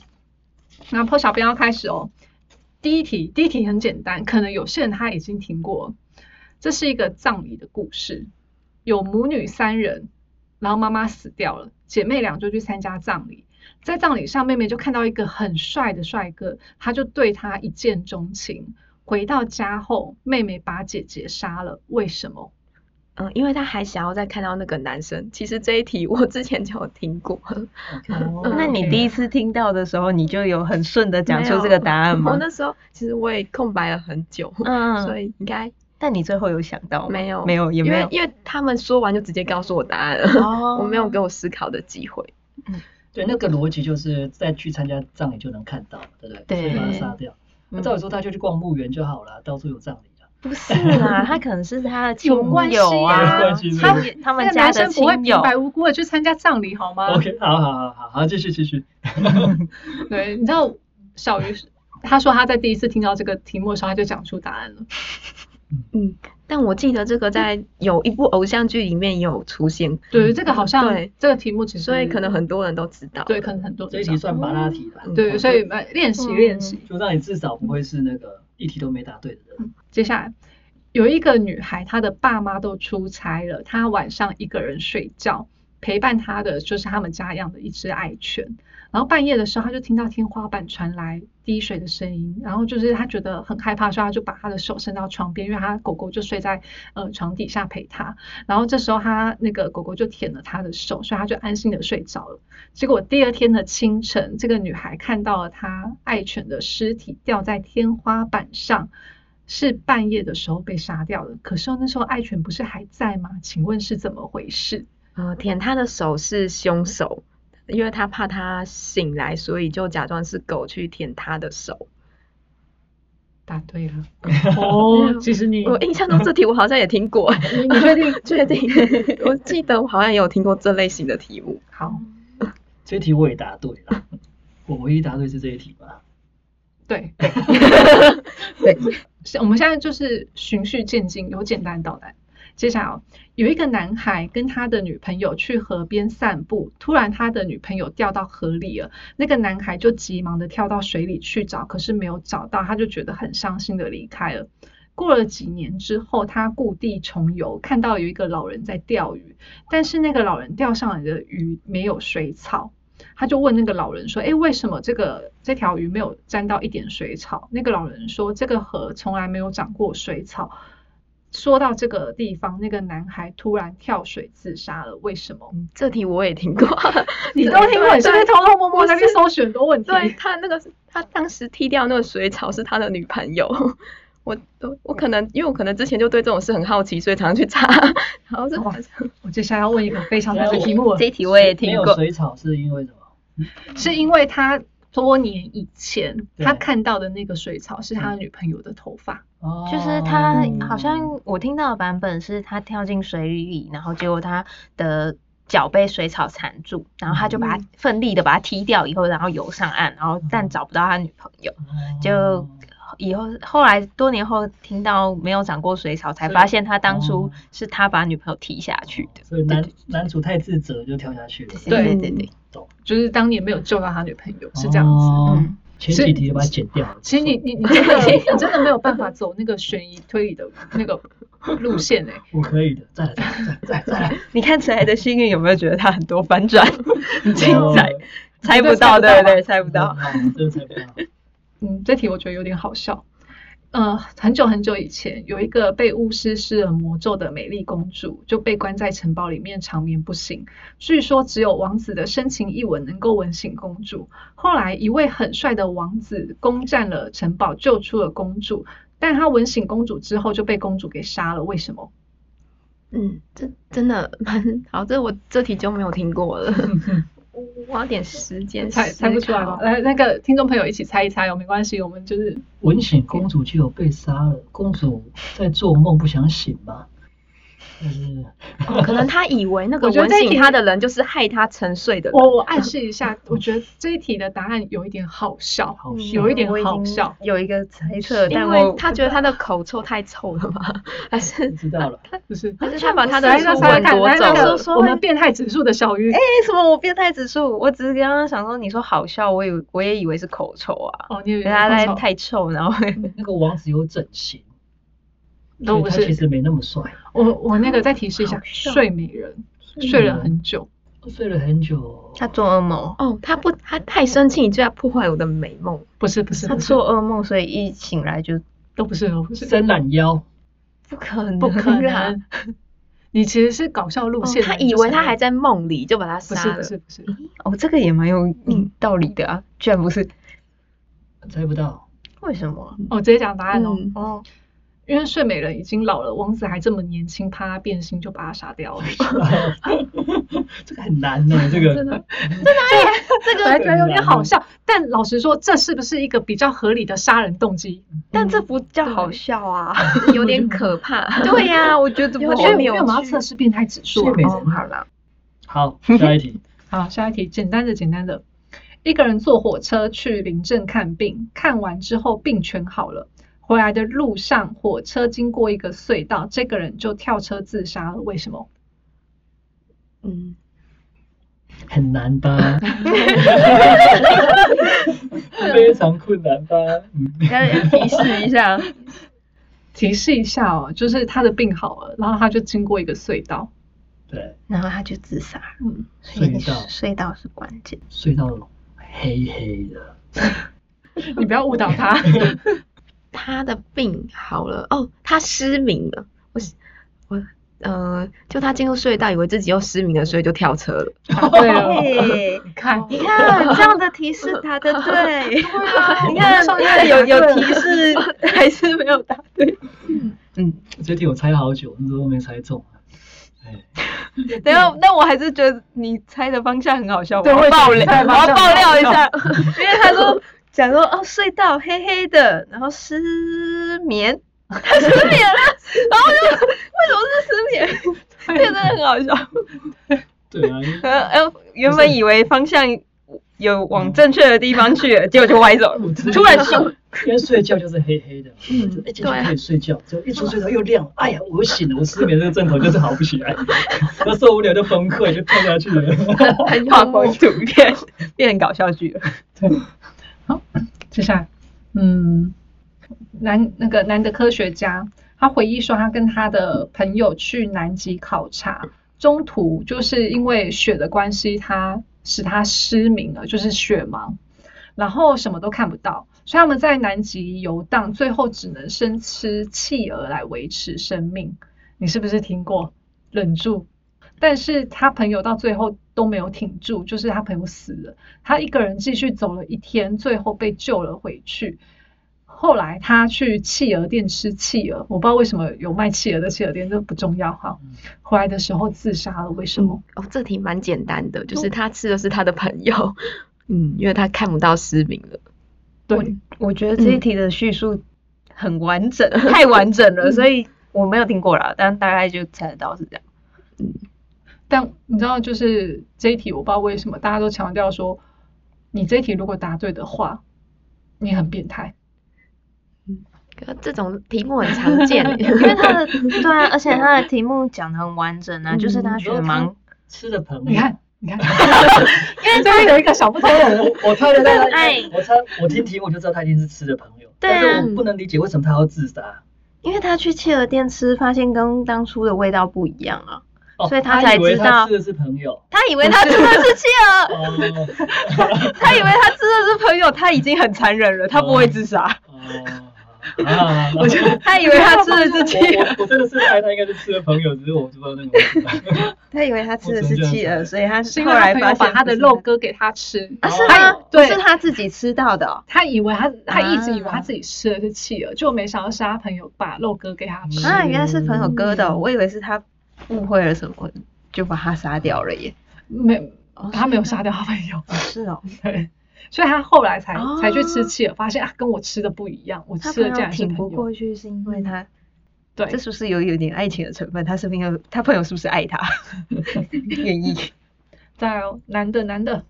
S1: 那破小编要开始哦，第一题，第一题很简单，可能有些人他已经听过，这是一个葬礼的故事，有母女三人，然后妈妈死掉了，姐妹俩就去参加葬礼。在葬礼上，妹妹就看到一个很帅的帅哥，她就对他一见钟情。回到家后，妹妹把姐姐杀了，为什么？
S2: 嗯，因为他还想要再看到那个男生。其实这一题我之前就有听过，
S3: 哦
S4: 那你第一次听到的时候，你就有很顺的讲出这个答
S2: (laughs)
S4: 案
S2: 我
S4: 吗？
S2: 那时候其实我也空白了很久，所
S4: 嗯，
S2: 以应该
S4: 但你最后有想到吗
S2: 没有
S4: 没有，也
S2: 因
S4: 没
S2: 为
S4: 有。
S2: 因为他们说完就直接告诉我答案了，
S4: 哦
S2: 我没有给我思考的机会。
S3: 对，那个逻辑就是再去参加葬礼就能看到，对不对？
S4: 对
S3: 所以把他杀掉。那照理说他就去逛墓园就好了，到处有葬礼啊。
S4: 嗯不是啦，他可能是他的亲
S1: 有关系
S4: 友
S1: 啊
S4: 啊
S3: 有关系，
S4: 他
S3: 是不
S4: 们他们
S1: 那个
S4: 家
S1: 男
S4: 的
S1: 生不会
S4: 亲
S1: 平
S4: 友。
S1: 白无故的去参加葬礼好吗
S3: OK，好好好好好，继续继续。
S1: (laughs)
S4: (laughs)
S1: 对，你知道小鱼他说他在第一次听到这个题目的时候，他就讲出答案了。
S2: 但我记得这个在有一部偶像剧里面也有出现，
S1: 对，这个好像
S2: 对
S1: 这个题目其实
S2: 所以可能很多人都知道。
S1: 对，可能很多
S3: 这一题算麻辣题了。
S2: 嗯
S1: 哦对，所以呃练习
S4: 嗯
S1: 练习。
S3: 就让你至少不会是那个一题都没答对的人。
S1: 接下来有一个女孩，她的爸妈都出差了，她晚上一个人睡觉，陪伴她的就是他们家养的一只爱犬。然后半夜的时候，她就听到天花板传来滴水的声音，然后就是她觉得很害怕，所以她就把她的手伸到床边，因为她狗狗就睡在呃床底下陪她。然后这时候她那个狗狗就舔了她的手，所以她就安心的睡着了。结果第二天的清晨，这个女孩看到了她爱犬的尸体掉在天花板上。是半夜的时候被杀掉的，可是哦那时候爱犬不是还在吗？请问是怎么回事？
S2: 呃，舔他的手是凶手，因为他怕他醒来，所以就假装是狗去舔他的手。
S1: 答对了哦，其实你
S2: 我印象中这题我好像也
S1: (laughs)
S2: 听过，
S1: 你你确定？
S2: 确定？我记得我好像也有听过这类型的题目。
S1: 好，
S3: 这一题我也答对了， (laughs) 我唯一答对是这一题吧？
S1: 对，
S2: 对，
S1: (laughs) 是我们现在就是循序渐进，由简单到难。接下来哦有一个男孩跟他的女朋友去河边散步，突然他的女朋友掉到河里了，那个男孩就急忙的跳到水里去找，可是没有找到，他就觉得很伤心的离开了。过了几年之后，他故地重游，看到有一个老人在钓鱼，但是那个老人钓上来的鱼没有水草，他就问那个老人说：“诶，为什么这个这条鱼没有沾到一点水草？”那个老人说：“这个河从来没有长过水草。”说到这个地方，那个男孩突然跳水自杀了，为什么？
S2: 这题我也听
S1: (laughs)
S2: 过，(laughs)
S1: 你都听过，你是不是偷偷摸摸在那边搜选很多问题？
S2: 对他那个，他当时踢掉那个水草是他的女朋友。我我我可能因为我可能之前就对这种事很好奇，所以常常去查。然后是
S1: 哇哦我接下来要问一个非常难的题目了
S2: 这，一题我也听
S3: 没有
S2: 过，
S3: 水草是因为什么？
S1: 是因为他多年以前
S3: 对
S1: 他看到的那个水草是他女朋友的头发，
S3: 哦
S4: 就是他
S2: 嗯
S4: 好像我听到的版本是他跳进水里，然后结果他的脚被水草缠住，然后他就把它
S1: 嗯
S4: 奋力的把它踢掉以后，然后游上岸，然后但
S3: 嗯
S4: 找不到他女朋友，
S3: 哦
S4: 就以后后来多年后听到没有长过水草，才发现他当初
S3: 哦
S4: 是他把女朋友踢下去的。
S3: 所以男男主太自责就跳下去了。
S1: 对
S2: 对对，
S1: 就是当年没有救到他女朋友，是这样子。
S3: 哦
S4: 嗯
S3: 前几题把它剪掉了。
S1: 其实你你你真的你真的没有办法走那个悬疑推理的那个路线哎、
S3: 我可以的，再来再来再来再来，
S2: 你看谁来的幸运有没有觉得他很多反 (laughs) 转？你精彩，
S3: 哦
S2: 猜不
S1: 对
S2: 到，
S1: 猜不到
S2: 对不
S1: 吧
S2: 对？猜不到。
S3: 哦真的猜不到。
S1: 嗯，这题我觉得有点好笑。呃，很久很久以前，有一个被巫师施了魔咒的美丽公主，就被关在城堡里面长眠不醒。据说只有王子的深情一吻能够吻醒公主。后来，一位很帅的王子攻占了城堡，救出了公主。但他吻醒公主之后，就被公主给杀了。为什么？
S2: 嗯，这真的蛮好，这我这题就没有听过了。我我要点时间
S1: 猜猜不出来吗
S2: 吧？？
S1: 来，那个听众朋友一起猜一猜哦，没关系，我们就是
S3: 文醒公主就有被杀了，公主在做梦不想醒吗？就是
S2: 哦可能他以为那个
S1: 我觉得
S2: 吻
S1: 这一
S2: 醒
S1: 题
S2: 他的人就是害他沉睡的人。
S1: 我我暗示一下，我觉得这一题的答案有一点好笑，
S3: 好
S2: 嗯
S3: 笑
S1: 有一点
S4: 我已
S1: 好
S4: 经
S1: 笑。
S4: 有一个猜测，
S2: 因
S4: 但
S2: 为
S4: 我
S2: 他觉得他的口臭太臭了吧？还是
S3: 知道了，
S1: 就是
S2: 还是他把他的
S1: 来
S2: 初
S1: 那
S2: 吻
S1: 猜猜看，
S2: 夺
S1: 来
S2: 走
S1: 那
S2: 了
S1: 个？我们变态指数的小
S2: 哎
S1: 鱼。
S4: 为什么我变态指数？我只是刚刚想说，你说好笑，我以为我也以为是口臭啊，
S1: 哦，你有
S4: 原来
S1: 点
S4: 来
S1: 口臭
S4: 太臭，然后
S3: 那个王子有整形，
S1: 都不
S3: 所以他其
S1: 嗯是。
S3: 实没那么帅，
S1: 我我那个再提示一下
S2: 好，笑
S1: 睡美人睡了很久，
S3: 睡了很久，
S4: 他做噩
S2: (laughs)
S4: 梦，
S2: 哦，他不，他太生气，你居然破坏我的美梦。
S4: 哦
S1: 不是不是
S4: 他
S1: 不是，
S4: 做噩梦，所以一醒来就
S1: 都不是都哦不是，
S3: 伸懒腰，
S4: 不可能，啊
S1: 不可能。你其实是搞笑路
S2: 哦
S1: 线，的
S2: 他
S1: 人，
S2: 以
S1: 就
S2: 为
S1: 是
S2: 他还在梦里，就把他
S1: 不
S2: 杀
S1: 是
S2: 了
S1: 不。是不是，
S4: 哦，这个也蛮有嗯道理的啊，居然不是，
S3: 猜不到， (laughs)
S4: 为什么？
S1: 我直接讲答案哦，
S2: 嗯
S4: 哦，
S1: 因为睡美人已经老了，王子还这么年轻，怕他变心就把他杀掉了。
S3: 这个很难呢，
S1: (laughs)
S3: 这
S2: 真
S3: 个
S2: 的
S1: 啊这个还觉得有点好笑，但老实说，这是不是一个比较合理的杀人动机？
S2: 但这不叫好笑啊，有点可怕。 (laughs)
S4: 对呀、我觉得 (laughs)
S2: 有
S4: 不
S1: 所以
S2: 点
S1: 因
S2: 扭
S1: 为我们要
S2: 曲
S1: 测试变态指数啊
S3: 睡。美
S4: 哦，
S3: 人
S4: 好啦，
S3: 好，下一题，
S1: 好，下一题，简单的，简单的。一个人坐火车去临镇看病，看完之后病全好了，回来的路上火车经过一个隧道，这个人就跳车自杀了。为什么？
S2: 嗯，
S3: 很难吧？ (laughs) 非常困难吧？嗯，
S4: 要提示一下，
S1: 提示一下哦，就是他的病好了，然后他就经过一个隧道，
S3: 对，
S4: (laughs) 然后他就自杀了，
S1: 嗯，
S4: 所以
S3: 隧道
S4: 隧道是关键。
S3: 隧道黑黑的，
S1: 你不要误导 (laughs) 他。
S2: 他的病好了，哦，他失明了，我我呃，就他进入隧道，以为自己又失明了，所以就跳车了。
S1: 对了，
S4: 嘿
S1: 你哦看，
S4: 你看这样的提示答的对， (laughs) 你看
S1: 上
S4: 看有有提示还是没有答对。
S2: 嗯，
S3: 这题我猜好久，那时候没猜中啊。哎，
S4: 等一下，但啊我还是觉得你猜的方向很好笑，我
S1: 嗯对
S4: 要
S1: 我也觉得你猜
S4: 爆料，
S1: 的方
S4: 我要
S1: 向
S4: 爆
S1: 很好
S4: 料一
S1: 笑
S4: 下，因为他说讲说哦隧道黑黑的，然后失眠，他 (laughs) 失眠了， (laughs) 然后就为什么是失眠？ (laughs) 这个真的很好笑。
S3: (laughs) 对 (laughs) 啊，
S4: 呃呃，原本以为方向有往正确的地方去 (laughs) 了，结果就歪走了，突然
S3: 笑，
S4: 就
S3: (laughs) 因为睡觉就是黑黑的，嗯，哎，今天可
S2: 对
S4: 啊
S3: 以睡觉，就一出睡着又亮，哎呀，我醒了，我失眠这个症头就是好不起来， (laughs) 那受不了就崩溃，就跳下去了。 (laughs)
S4: 很画风图片变成搞笑剧了。
S1: 接下来，嗯，男那个男的科学家，他回忆说，他跟他的朋友去南极考察，中途就是因为雪的关系，他使他失明了，就是雪盲，然后什么都看不到，所以他们在南极游荡，最后只能生吃企鹅来维持生命。你是不是听过？忍住。但是他朋友到最后都没有挺住，就是他朋友死了。他一个人继续走了一天，最后被救了回去。后来他去企鹅店吃企鹅，我不知道为什么有卖企鹅的企鹅店，这不重要哈
S3: 嗯。
S1: 回来的时候自杀了，为什么？
S2: 哦，这题蛮简单的，就是他吃的是他的朋友， (laughs) 嗯，因为他看不到失明了。
S1: 对，
S4: (laughs) 我觉得这一题的叙述很完整，太完整了，所以我没有听过啦，但大概就猜得到是这样。
S1: 但你知道，就是这一题，我不知道为什么大家都强调说，你这一题如果答对的话，你很变态。
S2: 可这种题目很常见，因
S4: (laughs) 因为他 (laughs) 的对啊，而且他的题目讲的很完整啊，就是他
S3: 嗯
S4: 学
S3: 然后他
S4: 盲，
S3: 吃的朋友，
S4: 嗯
S1: 你看，你看，
S4: (laughs)
S1: 因为这边有一个小不同人，
S3: 我我猜得到他
S4: (laughs) 哎，
S3: 我猜我听题目就知道他一定是吃的朋友，
S4: 对啊
S3: 但是我不能理解为什么他要自杀，
S4: (laughs) 因为他去企鹅店吃，发现跟当初的味道不一样啊，
S3: 哦
S4: 所以
S3: 他
S4: 他才
S3: 以为
S4: 知
S3: 他
S4: 道
S3: 吃的是朋友。
S4: 他以为他真的是企 (laughs) 鹅，
S3: 哦
S4: 他以为他真的是朋友，他已经很残忍了，他不会自 (laughs) 杀，
S3: 哦啊！我
S4: 他以为他吃
S3: (laughs)
S4: 的是企鹅，
S3: 我我真的是猜他应该是吃的朋友，只是我不知道那个名字。
S4: 他以为他哦吃的是企鹅，所以他
S1: 是因
S4: 后
S1: 为他
S4: 来
S1: 朋
S4: 发
S1: 友
S4: 现
S1: 把他的
S4: 不是
S1: 肉割给他吃，
S4: 啊，是
S3: 他
S4: 吗？不
S1: 对
S4: 是他自己吃到的哦、
S1: 他以为他他一直以为
S4: 啊
S1: 他自己吃的是企鹅，就没想到是他朋友把肉割给他吃。
S3: 嗯
S4: 啊，原来是朋友割的哦、我以为是他误会了什么，就把他杀掉了耶。
S1: 没，
S4: 哦
S1: 他没有杀掉他朋友，
S4: 是哦，
S1: 对，所以他后来才
S4: 哦
S1: 才去吃企鹅，发现啊跟我吃的不一样，我
S4: 他
S1: 吃
S4: 朋
S1: 的竟
S4: 友
S1: 然是
S4: 挺
S1: 朋
S4: 不
S1: 友。嗯
S4: 过去是因为他，
S1: 对
S4: 这，是不是有有点爱情的成分？他是朋友，他朋友是不是爱
S1: (laughs)
S4: 他？愿意？
S1: 再来哦，男的男的，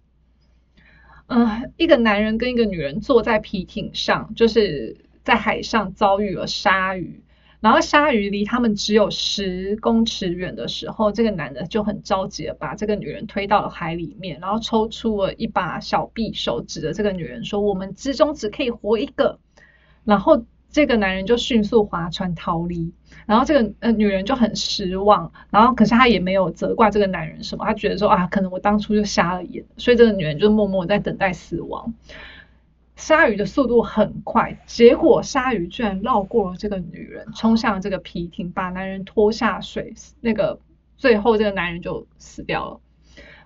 S1: 嗯、一个男人跟一个女人坐在皮艇上，就是在海上遭遇了鲨鱼。然后鲨鱼离他们只有十公尺远的时候，这个男的就很着急的把这个女人推到了海里面，然后抽出了一把小匕首，指着这个女人说：“我们之中只可以活一个。”然后这个男人就迅速划船逃离，然后这个呃女人就很失望，然后可是她也没有责怪这个男人什么，她觉得说啊，可能我当初就瞎了眼，所以这个女人就默默在等待死亡。鲨鱼的速度很快，结果鲨鱼居然绕过了这个女人，冲向了这个皮艇，把男人拖下水。那个最后这个男人就死掉了。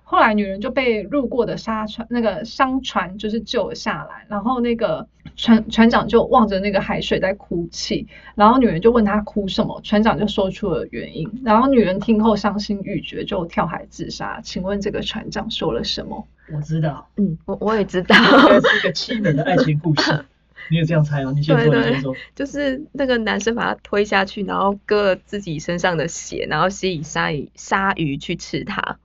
S1: 后来女人就被路过的沙船那个商船就是救了下来，然后那个船船长就望着那个海水在哭泣，然后女人就问他哭什么，船长就说出了原因，然后女人听后伤心欲绝，就跳海自杀。请问这个船长说了什么？
S3: (laughs) 我知道，
S2: (laughs) 嗯，我我也 (laughs) 知道，
S3: (laughs) 应该是一个凄美的爱情故 (laughs) 事。你也这样猜哦，你先说，
S2: 对
S3: 你
S2: 对
S3: 先说。
S2: 就是那个男生把他推下去，然后割了自己身上的血，然后吸引鲨鱼鲨鱼去吃他。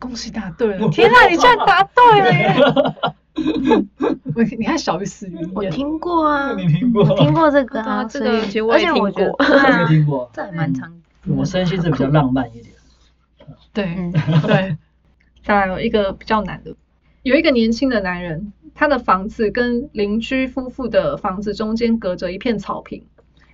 S1: 恭喜答对了！(laughs)
S3: 我
S1: 天哪，你居然答对了耶！
S3: (laughs)
S1: 我你看小于死于
S4: 我
S1: 眼，
S4: (laughs) 听过啊，
S3: (laughs) 没听过，
S4: 我听过这个
S2: 对啊
S4: 啊，
S2: 这
S4: 所以
S2: 个其实我也
S4: 而且我
S2: 听
S4: 觉得
S2: 过
S4: 对
S3: 没
S1: (laughs)
S4: 啊
S3: 听过。
S4: 这还蛮常
S3: 我身心是比较浪漫一点。
S1: (laughs) 对
S4: 嗯
S1: 对。再来有一个比较难的，有一个年轻的男人，他的房子跟邻居夫妇的房子中间隔着一片草坪。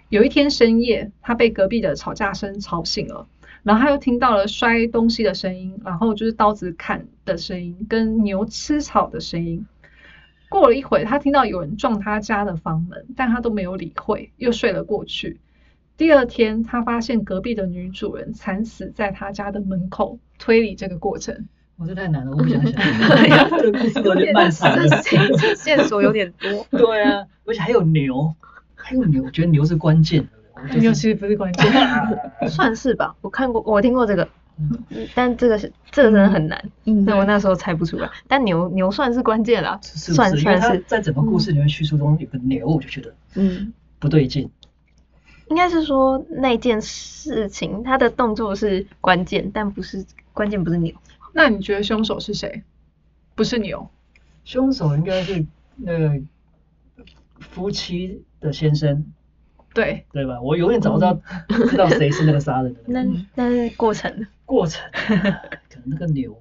S1: 有一天深夜，他被隔壁的吵架声吵醒了，然后他又听到了摔东西的声音，然后就是刀子砍的声音，跟牛吃草的声音。过了一会，他听到有人撞他家的房门，但他都没有理会，又睡了过去。第二天，他发现隔壁的女主人惨死在他家的门口。推理这个过程，
S3: (laughs) 我这太难了，我不想想。 (laughs) 对呀，这个故事有
S4: 嗯
S3: 点漫长
S2: 这
S4: (laughs)
S3: 了。，
S2: 这这线索有点多
S3: (laughs) 对啊， (laughs) 而且还有牛，还有牛，我觉得牛是关键的。我就
S1: 尤
S3: 是
S1: 其不是关 (laughs) 键。
S4: 算是吧。我看过，我听过这个，
S3: 嗯
S4: 但这个是这个真的很难，
S2: 嗯
S4: 对我那时候猜不出来。但牛牛算是关键啦，
S3: 是不
S4: 算
S3: 是？因为
S4: 算
S3: 他
S4: 是，
S3: 在整个故事里面叙述中有个牛，我就觉得
S2: 嗯，
S3: 不对劲。
S4: 应该是说那件事情他的动作是关键，但不是关键不是牛。
S1: 那你觉得凶手是谁？不是哦牛，
S3: 凶手应该是那个夫妻的先生，
S1: 对，
S3: 对吧？我有点找不到知道谁是那个杀人的那
S4: (laughs) 那
S3: 个
S4: 那是过程，
S3: 过程，可能那个牛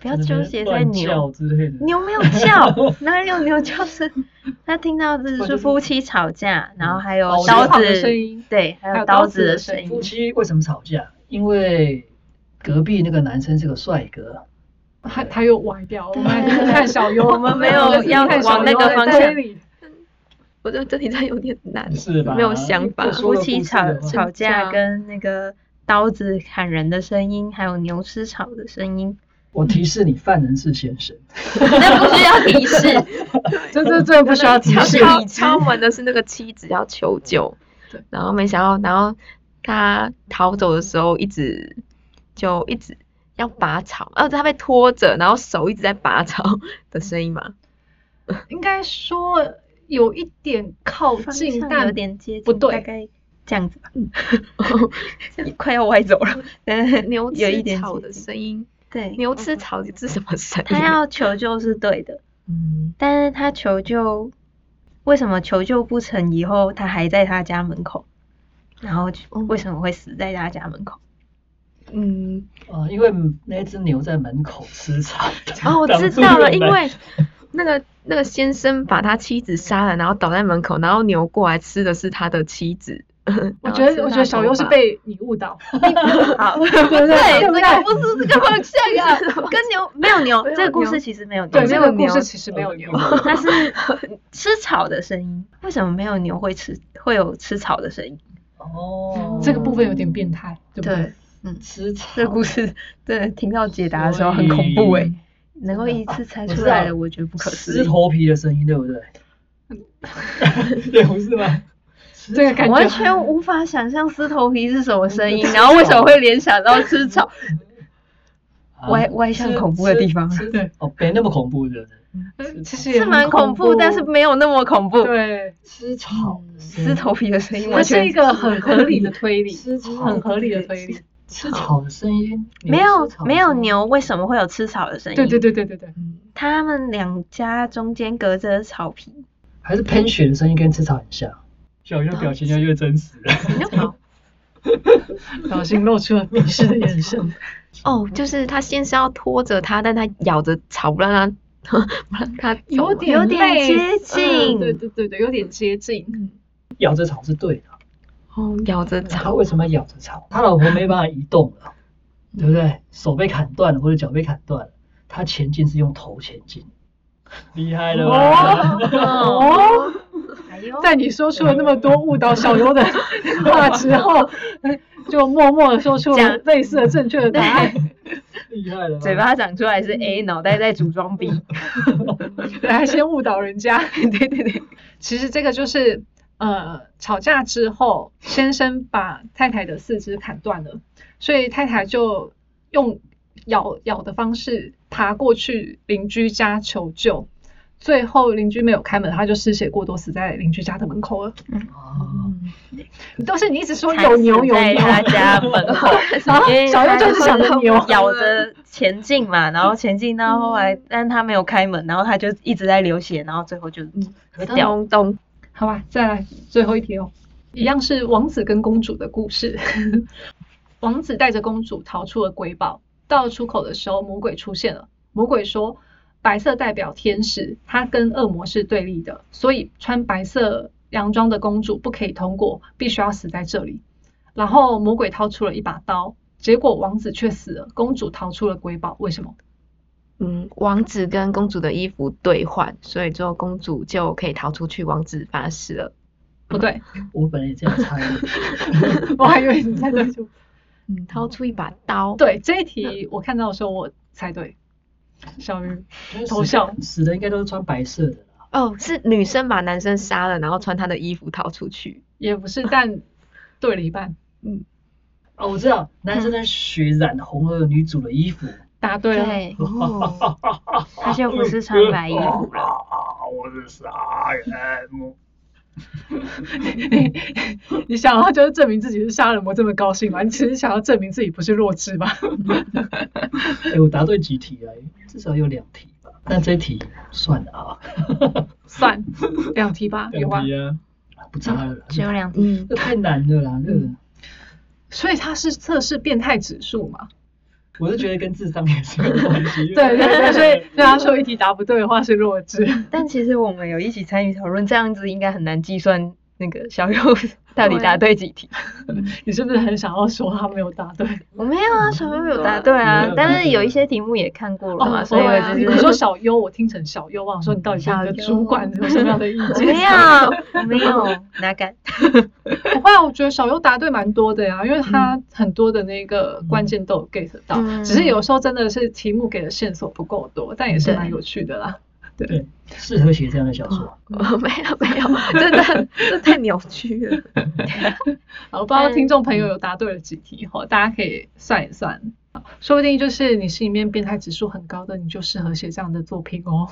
S4: 不要纠结在牛。
S3: 乱叫之类的。
S4: 牛没有叫，哪有牛叫声？他听到的是夫妻吵架，然后还有
S3: 哦
S4: 刀
S1: 吃草
S4: 子
S1: 的声音
S4: 对，还
S1: 还
S4: 有
S1: 有
S4: 刀
S1: 刀
S4: 子
S1: 子
S4: 的
S1: 的
S4: 声音
S1: 声
S3: 夫妻为什么吵架？因为隔壁那个男生是个帅哥，
S1: 他他又歪掉了。我们还是看小优，我们
S4: 没有要往那个方向
S2: 我觉得这题真的有点难，
S3: 是吧？
S2: 嗯没有想法
S3: 如
S4: 夫
S3: 果说了
S4: 妻
S3: 故事
S4: 吵
S3: 的嗯话
S4: 吵
S2: 吵架
S4: 架跟那个刀子砍人的声音，还有牛吃草的声音，
S3: 我提示你，犯人是先生。
S4: 那不需要提示，
S1: (laughs) 这这这不需要提
S2: (laughs) 敲
S1: 示。
S2: 敲敲门的是那个妻子要求救
S1: 对，
S2: 然后没想到，然后他逃走的时候一直就一直要拔草，哦，他被拖着，然后手一直在拔草的声音嘛，
S1: 应该说有一点靠
S4: 方
S1: 近，
S4: 向有
S1: 但
S4: 点接近，
S1: 不对
S4: 大概这样子吧， (laughs) 快要歪走了，嗯
S2: 牛
S4: 有一
S2: 吃
S4: 点
S2: 草
S4: 接
S2: 的
S4: 近
S2: 声音，
S4: 对，
S2: 牛吃
S1: 哦
S2: 草是什么声音？
S4: 他要求救是对的，
S2: 嗯，
S4: 但是他求救，为什么求救不成以后，他还在他家门口，然后就
S2: 嗯
S4: 为什么会死在他家门口？
S2: 嗯，
S3: 呃，因为那只牛在门口吃草。
S2: 哦，我
S3: 挡
S2: 知
S3: 住
S2: 道了，
S3: 门
S2: 因为那个那个先生把他妻子杀了，然后倒在门口，然后牛过来吃的是他的妻子。 (laughs)
S1: 我
S2: 然后
S1: 觉
S2: 吃
S1: 得我觉
S2: 他
S1: 得小优是
S2: 头发 (laughs)
S1: 被你误导，
S4: 好，
S1: 对不
S4: 对，
S1: 对
S4: 这
S1: 不
S4: 个
S1: 对？
S4: 不是这个方向啊，跟牛没有牛，这个故事其实没有牛
S1: 对，，
S2: 这
S1: 这
S2: 个
S1: 个故
S2: 牛
S1: 事其实没有牛。
S4: 它是吃草的声音。为什么没有牛会吃会有吃草的声音？
S3: 哦，
S1: 这个部分有点变态，对不对？
S3: 吃草。
S4: 这故事真的听到解答的时候很恐怖哎、能够一次猜出来的，我觉得不可思
S3: 撕
S4: 议。
S3: 头皮的声音，对不对？ (laughs) 对，不是吗？
S1: 这个感
S4: 完
S1: 觉
S4: 全无法想象撕头皮是什么声音，然后为什么会联想到吃草？
S3: 啊
S4: 歪歪向恐怖的地方
S3: 吃吃吃哦，没那么恐怖，对不对？
S1: 嗯其实也
S4: (laughs) 是蛮恐怖，但是没有那么恐怖。
S1: 对，
S3: 吃草的声音，
S4: 撕头皮的声音
S1: 它
S4: 完
S1: 是
S4: 全
S1: 一个很合理的推理，
S3: 吃草
S1: 很合理的推理。
S3: 吃草的声音，
S4: 没有
S3: 牛吃草的声
S4: 没
S3: 音
S4: 有。牛，为什么会有吃草的声音？
S1: 对对，对对对对，
S4: 他们两家中间隔着草皮，
S3: 还是喷血的声音跟吃草很像。小优表情越来越真实了。
S2: 好
S1: 小心露出了鄙视的眼神。
S2: 哦，就是他先是要拖着他，但他咬着草不让他 (laughs) 不让他走
S1: (laughs) 有
S2: 嘛
S1: 点嗯
S4: 有点
S1: 类
S4: 接
S1: 似
S4: 近
S1: 对对对对，有点接近。
S3: 咬着草是对的，
S2: 哦，咬着
S3: 他
S2: 草
S3: 为什么要咬着草？他老婆没办法移动了，对不对？手被砍断了或者脚被砍断了，他前进是用头前进，厉害了吧？
S1: 哦，
S4: 哎呦
S1: 在你说出了那么多误导小优 (laughs) 的话之后，就默默的说出了
S4: 讲
S1: 类似的正确的答案。
S3: 厉害了吧，
S4: 嘴巴长出来是 A，脑袋在组装 B。
S1: (laughs) 对，还先误导人家。
S4: 对 (laughs) 对对，
S1: 其实这个就是呃，吵架之后，先生把太太的四肢砍断了，所以太太就用咬咬的方式爬过去邻居家求救。最后邻居没有开门，他就失血过多死在邻居家的门口了。
S3: 哦，
S1: 都是你一直说哦有牛有
S4: 在
S1: 牛，
S4: 他家门口，
S1: 然后
S4: 因为
S1: 小
S4: 他
S1: 优就是想着牛，
S4: 咬着前进嘛，然后前进到后来，但他没有开门，然后他就一直在流血，然后最后就
S3: 可他
S2: 咚咚，
S1: 好吧，再来最后一题哦，一样 (laughs) 是王子跟公主的故事。王子带着公主逃出了瑰堡，到了出口的时候，魔鬼出现了。魔鬼说，白色代表天使，它跟恶魔是对立的，所以穿白色洋装的公主不可以通过，必须要死在这里。然后魔鬼掏出了一把刀，结果王子却死了，公主逃出了瑰宝。为什么？
S2: 嗯，王子跟公主的衣服兑换，所以最后公主就可以逃出去，王子反而死了。
S1: 不对，
S3: 我本来也这样猜 (laughs) 的。
S1: (laughs) 我还以为你猜对就
S2: 嗯，掏出一把
S1: (laughs)
S2: 刀。，
S1: 对这一题，我看到的时候我猜对。小鱼，头像
S3: 死的应该都是穿白色的啦。
S2: 哦，是女生把男生杀了，然后穿他的衣服逃出去。
S1: 也不是，但
S4: (laughs)
S1: 对了一半，
S3: 哦，我知道，男生在血染红了女主的衣服。
S1: 答对了。
S2: (laughs)
S4: 对，
S2: 哦，
S4: 他就不是穿白衣
S3: 哦
S4: 服了。
S3: 了。啊我是杀人魔。
S1: (laughs) 你想要就是证明自己是杀人魔这么高兴吗？你其实想要证明自己不是弱智吧？ (laughs)
S3: 哎，我答对几题啊？至少有两题吧。那这题算了啊，
S1: 算两题吧，有啊。
S3: 啊，不差了啦。
S4: 只有两嗯题，
S2: 嗯，
S3: 这太难了啦，这个
S1: 所以它是测试变态指数嘛？
S3: 我是觉得跟智商也是有关系。
S4: (laughs)
S3: 因为
S1: 对对对，所以对他说一题答不对的话是弱智。
S4: (laughs)
S1: (laughs)
S4: 但其实我们有一起参与讨论，这样子应该很难计算那个小右到底答对几题。
S1: 你是不是很想要说他没有答对？
S4: 我没有啊，小右有答对
S3: 对啊
S4: 啊
S3: 没有，
S4: 但
S3: 答
S4: 是
S3: 对
S4: 有一些题目也看过了嘛，
S1: 哦
S4: 所以
S1: 对
S4: 我
S1: 啊
S4: 只
S1: 你
S4: 是
S1: 说小优，我听成小优，我想说你到底对你的
S4: 小优
S1: 主管有什么样的意
S4: 我
S1: 见？
S4: (laughs) 没有，我没有，哪敢？
S1: 不会啊，我觉得小优答对蛮多的呀，因为他很多的那个关键都有 get 到，
S4: 嗯
S1: 只是有时候真的是题目给的线索不够多，但也是蛮有趣的啦。
S3: 对，适合写这样的小说。
S2: 哦没有没有，真的这太扭曲了。
S1: 好，不知道
S4: 嗯
S1: 听众朋友有答对了几题哈，大家可以算一算，说不定就是你心里面变态指数很高的，你就适合写这样的作品哦。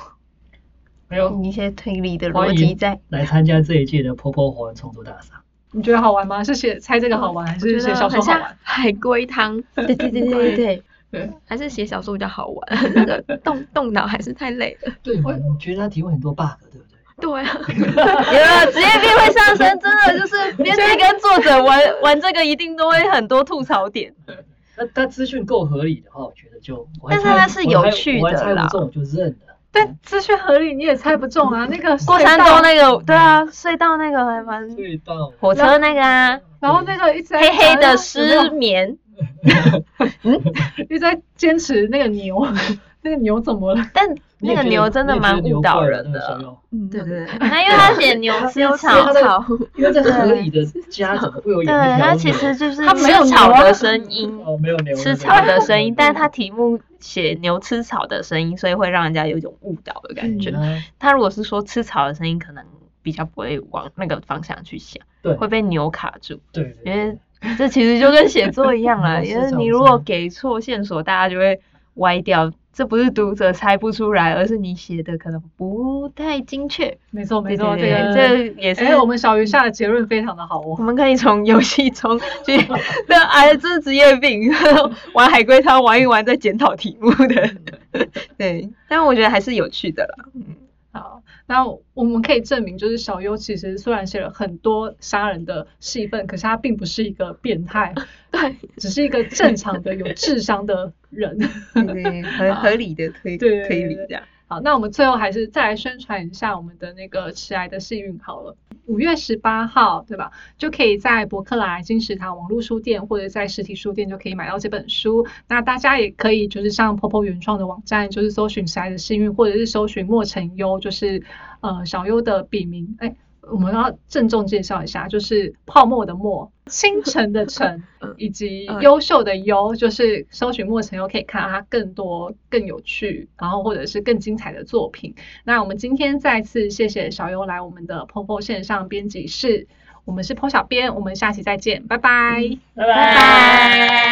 S3: 哎呦，
S4: 一些推理的
S3: 欢
S4: 逻辑
S3: 迎
S4: 在。
S3: 来参加这一届的婆婆华文创作大赏。
S1: 你觉得好玩吗？是写 (laughs) 猜这个好玩，还
S2: 觉
S1: 是写
S2: 得
S1: 小说
S2: 很
S1: 好
S2: 像
S1: 玩？
S2: 海龟汤，
S4: 对对对对对，
S1: 对，
S2: 还是写小说比较好玩？那个动动脑还是太累了。
S3: 对，我觉得他提问很多 bug，对不对？
S2: 对啊，
S4: 有职业病会上升，真的就是编辑跟作者玩玩这个一定都会很多吐槽点。
S3: 那他资讯够合理的话，我觉得就，我还
S4: 但是
S3: 猜
S4: 它是有趣
S3: 我还
S4: 的
S3: 猜我还猜
S4: 啦
S3: 不中我就认了。
S1: 但资讯合理你也猜不中啊，那个
S4: 过
S1: 隧
S4: 山
S1: 道
S4: 洞那个，对啊，隧道那个还蛮
S3: 对到
S4: 火车那个啊，
S1: 然后那个一直在
S4: 黑黑
S1: 讲
S4: 的失眠，
S1: 一直在坚持那个牛， (laughs) 那个牛怎么了？
S4: 但那个牛真的蛮误导人的。
S3: 的，
S2: 嗯，对对对。
S4: 那因为他写牛吃 (laughs) 草，
S2: 草，
S3: 因为在合理的家怎么会有
S4: 对
S3: 养一条
S4: 他
S3: 牛
S4: 其实就是
S1: 他没有牛
S4: 吃草
S1: 啊
S4: 的声音，
S3: 哦没有牛
S4: 吃草的声音，但是
S3: 他
S4: 他题目写牛吃草的声音，所以会让人家有一种误导的感觉。
S3: 嗯
S4: 他如果是说吃草的声音，可能比较不会往那个方向去想，
S3: 对
S4: 会被牛卡住。
S3: 对对
S4: 因
S3: 对
S4: (laughs) 为这其实就跟写作一 (laughs) 样啦，
S3: 是
S4: 因为
S3: 这
S4: 你
S3: 样
S4: 如
S3: 子
S4: 果给错线索，大家就会歪掉。这不是读者猜不出来，而是你写的可能不太精确。
S1: 没错没
S4: 对
S1: 错，
S4: 对
S1: 这
S4: 对，
S1: 个
S4: 嗯这也是
S1: 哎，我们小鱼下的结论非常的好
S4: 我
S1: 哦。
S4: 们可以从游戏中 (laughs) 去，对，哎，这是职业病，玩海龟汤玩一玩再检讨题目的， (laughs) 对，但我觉得还是有趣的啦。
S1: 好，那我们可以证明，就是小优其实虽然写了很多杀人的戏份，可是他并不是一个变态，
S2: 对，
S1: 只是一个正常的有智商的
S4: (laughs)
S1: 人。
S4: 对对对， (laughs) 合合理的推
S1: 对对
S4: 推
S1: 对
S4: 理
S1: 对
S4: 这样。
S1: 好，那我们最后还是再来宣传一下我们的那个迟来的幸运好了。五月十八号，对吧？就可以在博客来、金石堂网络书店或者在实体书店就可以买到这本书。那大家也可以就是上 Popo 原创的网站，就是搜寻迟来的幸运，或者是搜寻莫成优，就是呃小优的笔名。哎，我们要郑重介绍一下，就是泡沫的沫，星辰的辰，以及优秀的优，就是搜寻莫成优可以看到他更多、更有趣，然后或者是更精彩的作品。那我们今天再次谢谢小优来我们的 POPO 线上编辑室，我们是 PO 小编，我们下期再见，拜拜。
S3: 拜
S4: 拜拜。